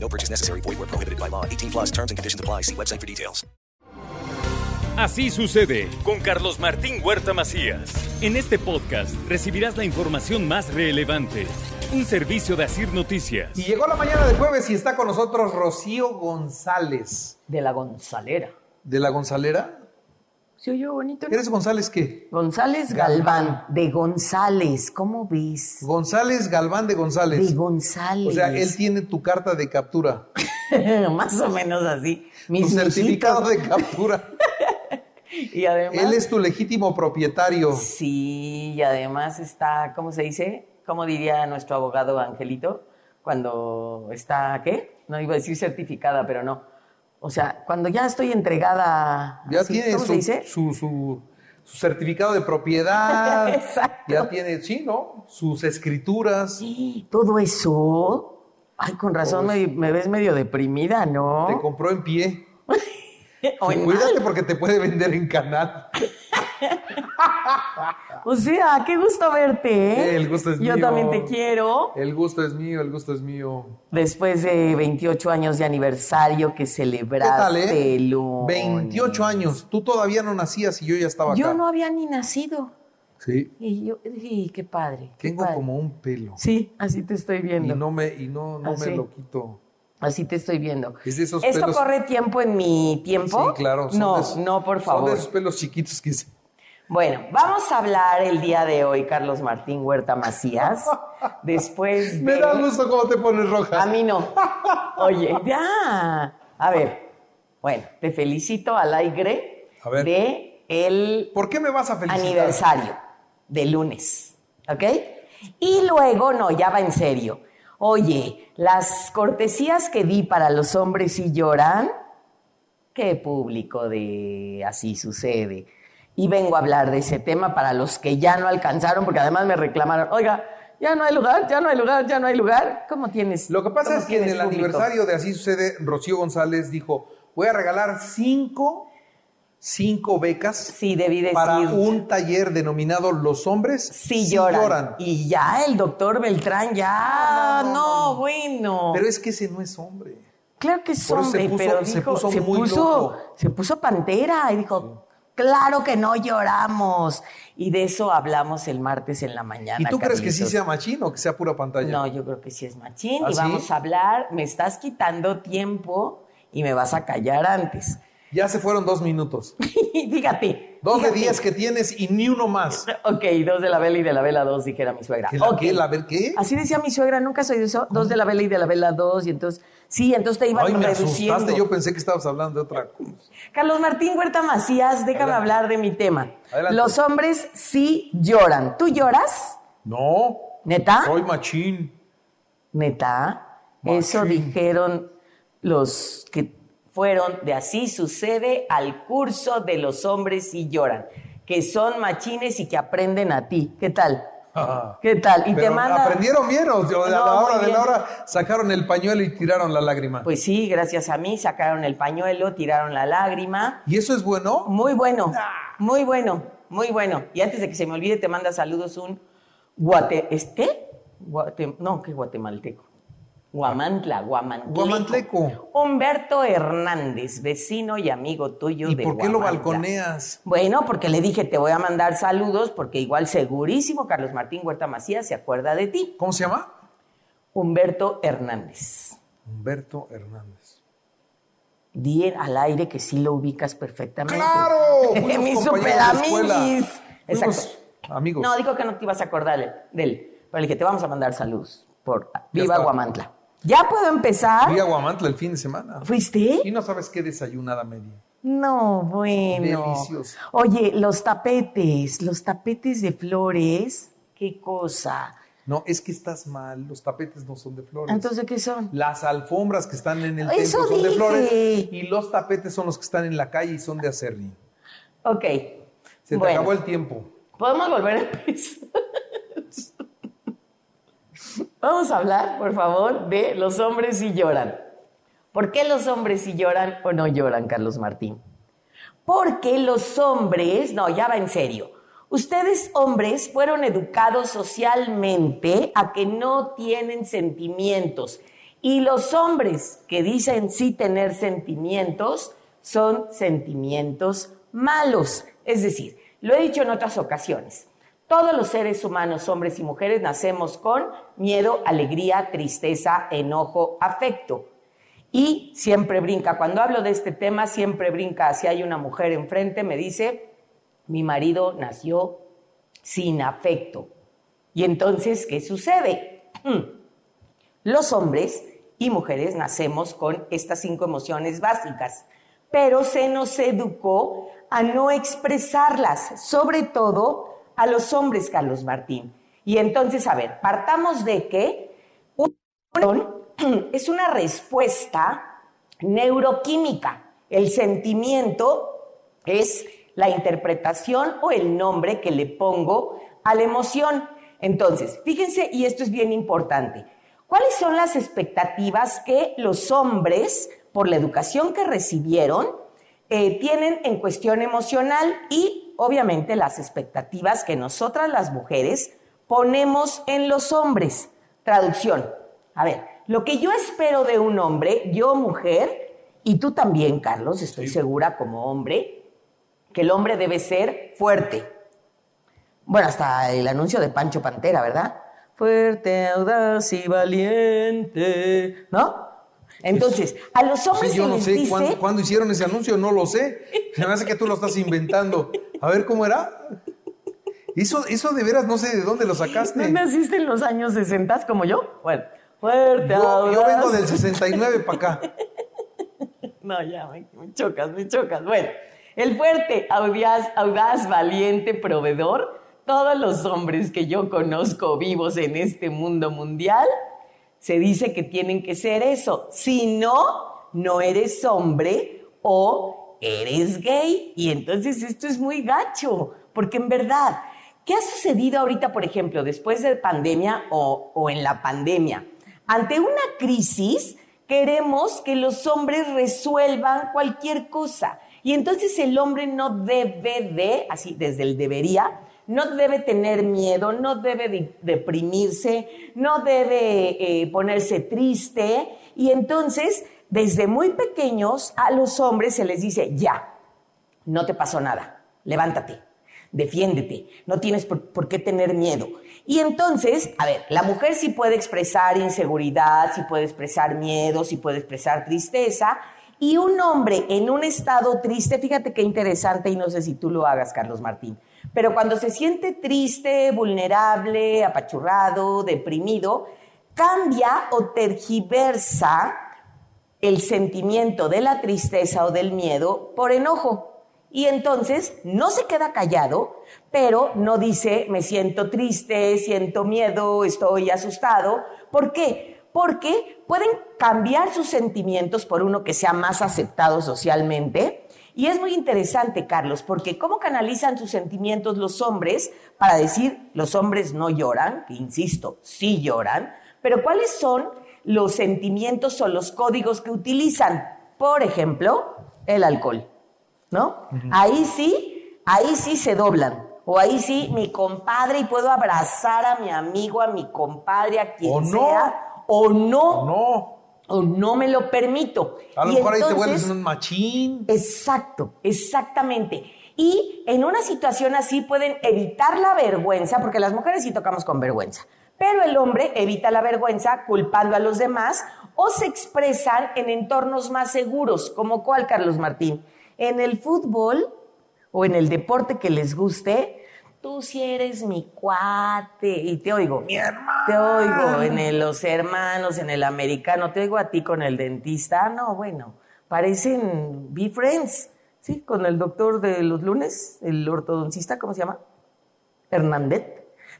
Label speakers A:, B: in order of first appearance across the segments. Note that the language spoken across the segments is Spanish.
A: No purchase necessary. Void where prohibited by law. 18 plus terms and conditions apply. See website for details.
B: Así sucede con Carlos Martín Huerta Macías. En este podcast recibirás la información más relevante. Un servicio de Asir Noticias.
C: Y llegó la mañana del jueves y está con nosotros Rocío González.
D: De la Gonzalera.
C: ¿De la Gonzalera?
D: ¿Se oyó bonito? no?
C: ¿Eres González qué?
D: González Galván, de González, ¿cómo ves?
C: González Galván de González.
D: De González.
C: Pues, O sea, él tiene tu carta de captura,
D: Más o menos así.
C: tu
D: Mis
C: certificado
D: mijitos.
C: de captura.
D: Y además.
C: Él es tu legítimo propietario.
D: Sí, y además está, ¿cómo se dice? ¿Cómo diría nuestro abogado Angelito? Cuando está, ¿qué? No iba a decir certificada, pero no. O sea, cuando ya estoy entregada.
C: Ya
D: así,
C: tiene
D: ¿Cómo se
C: su,
D: dice?
C: su- su- su certificado de propiedad.
D: Exacto.
C: Ya tiene, sí, ¿no? Sus escrituras.
D: Sí, Todo eso. Ay, con razón me, me ves medio deprimida, ¿no?
C: Pues Te compró en pie.
D: O en
C: Cuídate porque te puede vender en canal.
D: O sea, qué gusto verte. ¿eh?
C: El gusto es
D: Yo
C: mío.
D: también te quiero.
C: El gusto es mío, el gusto es mío.
D: Después de 28 años de aniversario que
C: ¿Qué tal,
D: celebraste,
C: eh?
D: Luni.
C: 28 años. Tú todavía no nacías y yo ya estaba acá.
D: Yo no había ni nacido.
C: Sí.
D: Y yo, y qué padre. qué
C: Tengo
D: padre.
C: como un pelo.
D: Sí, así te estoy
C: Y
D: viendo.
C: no me, y no, no
D: Ah,
C: me
D: sí.
C: lo quito.
D: Así te estoy viendo.
C: Es de esos
D: ¿Esto
C: pelos.
D: corre tiempo en mi tiempo?
C: Sí, claro. son
D: No,
C: de esos-
D: no, por
C: Son de
D: favor.
C: esos pelos chiquitos que se-
D: Bueno, vamos a hablar el día de hoy, Carlos Martín Huerta Macías. después de.
C: Me da gusto cómo te pones roja.
D: A mí no. Oye, ya. A ver. Bueno, te felicito al aire
C: A ver.
D: de el
C: ¿Por qué me vas a felicitar?
D: aniversario de lunes, ¿ok? Y luego, no, ya va en serio. Oye, las cortesías que di para los hombres sí lloran, qué público de así sucede. Y vengo a hablar de ese tema para los que ya no alcanzaron, porque además me reclamaron, oiga, ya no hay lugar, ya no hay lugar, ya no hay lugar. ¿Cómo tienes?
C: Lo que pasa
D: cómo
C: es que en
D: tienes
C: el
D: público?
C: aniversario de Así Sucede, Rocío González dijo, voy a regalar cinco, cinco becas
D: Sí, debí decir.
C: para un taller denominado Los hombres
D: Sí lloran. Y ya el doctor Beltrán, ya.
C: Ah, No, no,
D: No,
C: no, no.
D: bueno.
C: Pero es que ese no es hombre.
D: claro que es
C: por eso se
D: hombre,
C: puso-
D: pero
C: se
D: dijo-
C: puso
D: se,
C: muy
D: puso,
C: loco.
D: se puso pantera y dijo, claro que no lloramos. Y de eso hablamos el martes en la mañana.
C: ¿Y tú crees que sí
D: Carlitos.
C: sea machín o que sea pura pantalla?
D: No, yo creo que sí es machín.
C: ¿Ah,
D: y
C: sí?
D: vamos a hablar. Me estás quitando tiempo y me vas a callar antes.
C: Ya se fueron dos minutos.
D: fíjate.
C: Dos de
D: fíjate.
C: diez que tienes y ni uno más.
D: Ok, dos de la vela y de la vela dos, dijera mi suegra.
C: ¿Que la,
D: Ok.
C: que la- ver qué?
D: Así decía mi suegra, nunca soy de eso, dos de la vela y de la vela dos, y entonces, sí, entonces te iban
C: Ay, me
D: reduciendo.
C: asustaste, yo pensé que estabas hablando de otra cosa.
D: Carlos Martín Huerta Macías, déjame
C: Adelante.
D: hablar de mi tema.
C: Adelante.
D: Los hombres sí lloran. ¿Tú lloras?
C: No,
D: ¿Neta?
C: soy machín.
D: ¿Neta?
C: Machín.
D: Eso dijeron los que fueron de así sucede al curso de los hombres y lloran, que son machines y que aprenden a ti. ¿Qué tal?
C: Ah.
D: ¿Qué tal? Y
C: Pero
D: te mandan...
C: ¿Aprendieron bien o o a
D: No,
C: la hora
D: muy
C: de la
D: bien.
C: hora sacaron el pañuelo y tiraron la lágrima?
D: Pues sí, gracias a mí sacaron el pañuelo, tiraron la lágrima.
C: ¿Y eso es bueno?
D: Muy bueno,
C: Ah.
D: muy bueno, muy bueno. Y antes de que se me olvide, te manda saludos un guate... ¿Este? Guate- no, que guatemalteco. Guamantla, guamantleco.
C: Guamantleco.
D: Humberto Hernández, vecino y amigo tuyo
C: ¿Y
D: de
C: por qué lo
D: Guamantla.
C: balconeas?
D: Bueno, porque le dije, te voy a mandar saludos, porque igual segurísimo Carlos Martín Huerta Macías se acuerda de ti.
C: ¿Cómo se llama?
D: Humberto Hernández.
C: Humberto Hernández.
D: Di al aire que sí lo ubicas perfectamente.
C: ¡Claro! Fuimos
D: Mi
C: compañeros de escuela.
D: superamiguis.
C: Fuimos
D: Exacto.
C: amigos.
D: No, dijo que no te ibas a acordar de- de él. Pero le dije, te vamos a mandar saludos por
C: Ya
D: Viva
C: está.
D: Guamantla. ¿Ya puedo empezar?
C: Fui a Guamantla el fin de semana. Y
D: ¿Fuiste?
C: no sabes qué desayunada media.
D: No, bueno.
C: Delicioso.
D: Oye, los tapetes, los tapetes de flores, qué cosa.
C: No, es que estás mal, los tapetes no son de flores.
D: Entonces, ¿qué son?
C: Las alfombras que están en el
D: Eso
C: templo son de
D: dije.
C: flores y los tapetes son los que están en la calle y son de acerrín.
D: Ok.
C: Se te
D: Bueno.
C: acabó el tiempo.
D: ¿Podemos volver a empezar? Vamos a hablar, por favor, de los hombres si lloran. ¿Por qué los hombres si lloran o no lloran, Carlos Martín? Porque los hombres, no, ya va en serio. Ustedes hombres fueron educados socialmente a que no tienen sentimientos. Y los hombres que dicen sí tener sentimientos son sentimientos malos. Es decir, lo he dicho en otras ocasiones. Todos los seres humanos, hombres y mujeres, nacemos con miedo, alegría, tristeza, enojo, afecto. Y siempre brinca. Cuando hablo de este tema, siempre brinca. Si hay una mujer enfrente, me dice, mi marido nació sin afecto. Y entonces, ¿qué sucede? Mm. Los hombres y mujeres nacemos con estas cinco emociones básicas, pero se nos educó a no expresarlas, sobre todo a los hombres, Carlos Martín. Y entonces, a ver, partamos de que emoción es una respuesta neuroquímica. El sentimiento es la interpretación o el nombre que le pongo a la emoción. Entonces, fíjense, y esto es bien importante, ¿cuáles son las expectativas que los hombres, por la educación que recibieron, eh, tienen en cuestión emocional y obviamente las expectativas que nosotras las mujeres ponemos en los hombres? Traducción. A ver, lo que yo espero de un hombre, yo mujer, y tú también, Carlos, estoy segura como hombre, que el hombre debe ser fuerte. Bueno, hasta el anuncio de Pancho Pantera, ¿verdad? Fuerte, audaz y valiente, ¿no? Entonces, a los hombres
C: Sí, yo
D: se
C: no
D: les
C: sé
D: dice...
C: cuándo, cuándo hicieron ese anuncio, no lo sé. Se me hace que tú lo estás inventando. A ver cómo era. Eso, eso de veras no sé de dónde lo
D: ¿No
C: sacaste.
D: naciste en los años 60 como yo? Bueno, fuerte,
C: Yo,
D: audaz...
C: yo vengo del 69 para acá.
D: No, ya, me, me chocas, me chocas. Bueno, el fuerte, audaz, audaz, valiente, proveedor, todos los hombres que yo conozco vivos en este mundo mundial, se dice que tienen que ser eso. Si no, no eres hombre o eres gay. Y entonces esto es muy gacho, porque en verdad, ¿qué ha sucedido ahorita, por ejemplo, después de pandemia o, o en la pandemia? Ante una crisis, queremos que los hombres resuelvan cualquier cosa. Y entonces el hombre no debe de, así desde el debería, no debe tener miedo, no debe de- deprimirse, no debe eh, ponerse triste. Y entonces, desde muy pequeños, a los hombres se les dice, ya, no te pasó nada, levántate, defiéndete, no tienes por, por qué tener miedo. Y entonces, a ver, la mujer sí puede expresar inseguridad, sí puede expresar miedo, sí puede expresar tristeza, y un hombre en un estado triste, fíjate qué interesante, y no sé si tú lo hagas, Carlos Martín, pero cuando se siente triste, vulnerable, apachurrado, deprimido, cambia o tergiversa el sentimiento de la tristeza o del miedo por enojo. Y entonces no se queda callado, pero no dice me siento triste, siento miedo, estoy asustado. ¿Por qué? Porque pueden cambiar sus sentimientos por uno que sea más aceptado socialmente. Y es muy interesante, Carlos, porque cómo canalizan sus sentimientos los hombres para decir los hombres no lloran, que insisto, sí lloran, pero cuáles son los sentimientos o los códigos que utilizan. Por ejemplo, el alcohol, ¿no? Ahí sí, ahí sí se doblan. O ahí sí, mi compadre, y puedo abrazar a mi amigo, a mi compadre, a quien
C: O no.
D: sea, o no,
C: No.
D: o no me lo permito.
C: A lo
D: Y
C: mejor ahí te
D: entonces-
C: vuelves un machín.
D: Exacto, exactamente. Y en una situación así pueden evitar la vergüenza, porque las mujeres sí tocamos con vergüenza, pero el hombre evita la vergüenza culpando a los demás o se expresan en entornos más seguros, como cuál, Carlos Martín. En el fútbol o en el deporte que les guste, tú si eres mi cuate, y te oigo, mi hermano. Te oigo en el- los hermanos, en el americano, te oigo a ti con el dentista, no, bueno, parecen be friends, ¿sí? Con el doctor de los lunes, el ortodoncista, ¿cómo se llama? Hernández.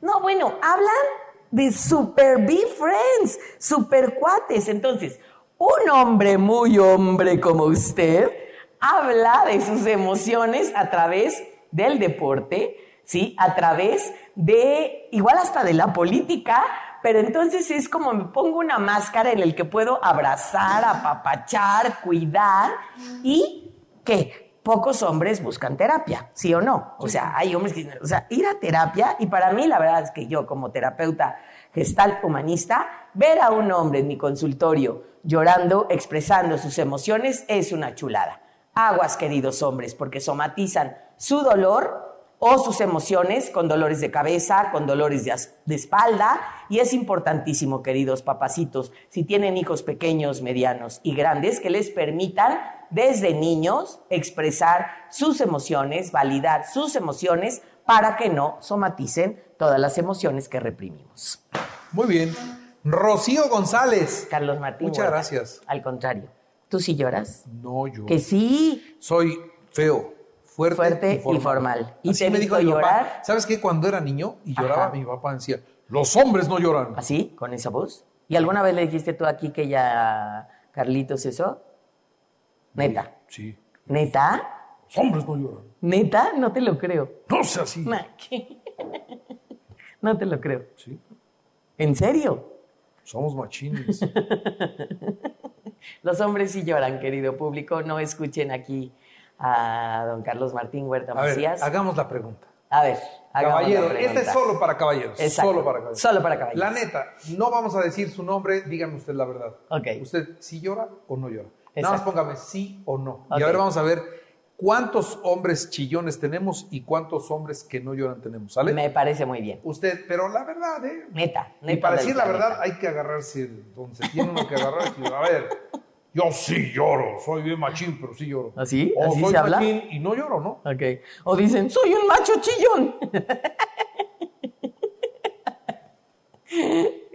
D: No, bueno, hablan de super be friends, super cuates. Entonces, un hombre muy hombre como usted habla de sus emociones a través del deporte, ¿sí? A través de, igual hasta de la política, pero entonces es como me pongo una máscara en el que puedo abrazar, apapachar, cuidar y que pocos hombres buscan terapia, ¿sí o no? O sea, hay hombres que, o sea, ir a terapia y para mí la verdad es que yo como terapeuta gestal humanista, ver a un hombre en mi consultorio llorando, expresando sus emociones es una chulada. Aguas, queridos hombres, porque somatizan su dolor o sus emociones con dolores de cabeza, con dolores de, as- de espalda. Y es importantísimo, queridos papacitos, si tienen hijos pequeños, medianos y grandes, que les permitan desde niños expresar sus emociones, validar sus emociones para que no somaticen todas las emociones que reprimimos.
C: Muy bien. Rocío González.
D: Carlos Martín.
C: Muchas
D: Huerta,
C: gracias.
D: Al contrario, ¿tú sí lloras?
C: No, yo.
D: Que sí.
C: Soy feo, fuerte,
D: Fuerte y formal. ¿Y te hizo
C: mi papá.
D: llorar?
C: ¿Sabes qué? Cuando era niño y lloraba,
D: Ajá.
C: mi papá decía, los hombres no lloran.
D: ¿Así? ¿Con esa voz? ¿Y alguna vez le dijiste tú aquí que ya Carlitos eso? Neta.
C: Sí,
D: ¿Neta?
C: los hombres no lloran.
D: ¿Neta? No te lo creo.
C: No sea así.
D: Ma, ¿qué? No te lo creo.
C: Sí,
D: ¿En serio?
C: somos machines.
D: Los hombres sí lloran, querido público. No escuchen aquí a don Carlos Martín Huerta
C: A ver,
D: Macías.
C: hagamos la pregunta.
D: A ver, hagamos la
C: Caballero, este es
D: pregunta.
C: solo para caballeros.
D: Exacto.
C: Solo para caballeros.
D: Solo para caballeros.
C: La neta, no vamos a decir su nombre, dígame usted la verdad.
D: Ok.
C: ¿Usted sí llora o no llora? Nada más
D: Exacto.
C: póngame sí o no. Y
D: Ok.
C: a ver, vamos a ver cuántos hombres chillones tenemos y cuántos hombres que no lloran tenemos, ¿sale?
D: Me parece muy bien.
C: Usted, pero la verdad, ¿eh?
D: Neta, neta.
C: y para
D: del
C: decir la
D: planeta.
C: verdad, hay que agarrarse donde se tiene uno que agarrarse. A ver, yo sí lloro, soy bien machín, pero sí lloro.
D: ¿Ah, sí?
C: O
D: ¿Así
C: soy
D: se habla?
C: machín y no lloro, ¿no?
D: Ok. O dicen, soy un macho chillón.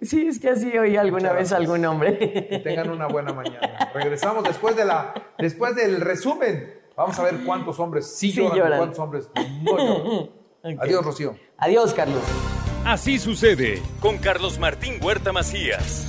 D: sí, es que así oí alguna
C: Muchas
D: vez
C: gracias.
D: algún
C: Que
D: hombre.
C: tengan una buena mañana. Regresamos después, de la, después del resumen. Vamos a ver cuántos hombres sí,
D: Sí
C: lloran, y
D: lloran.
C: cuántos hombres no lloran.
D: Ok.
C: Adiós, Rocío.
D: Adiós, Carlos.
B: Así sucede con Carlos Martín Huerta Macías.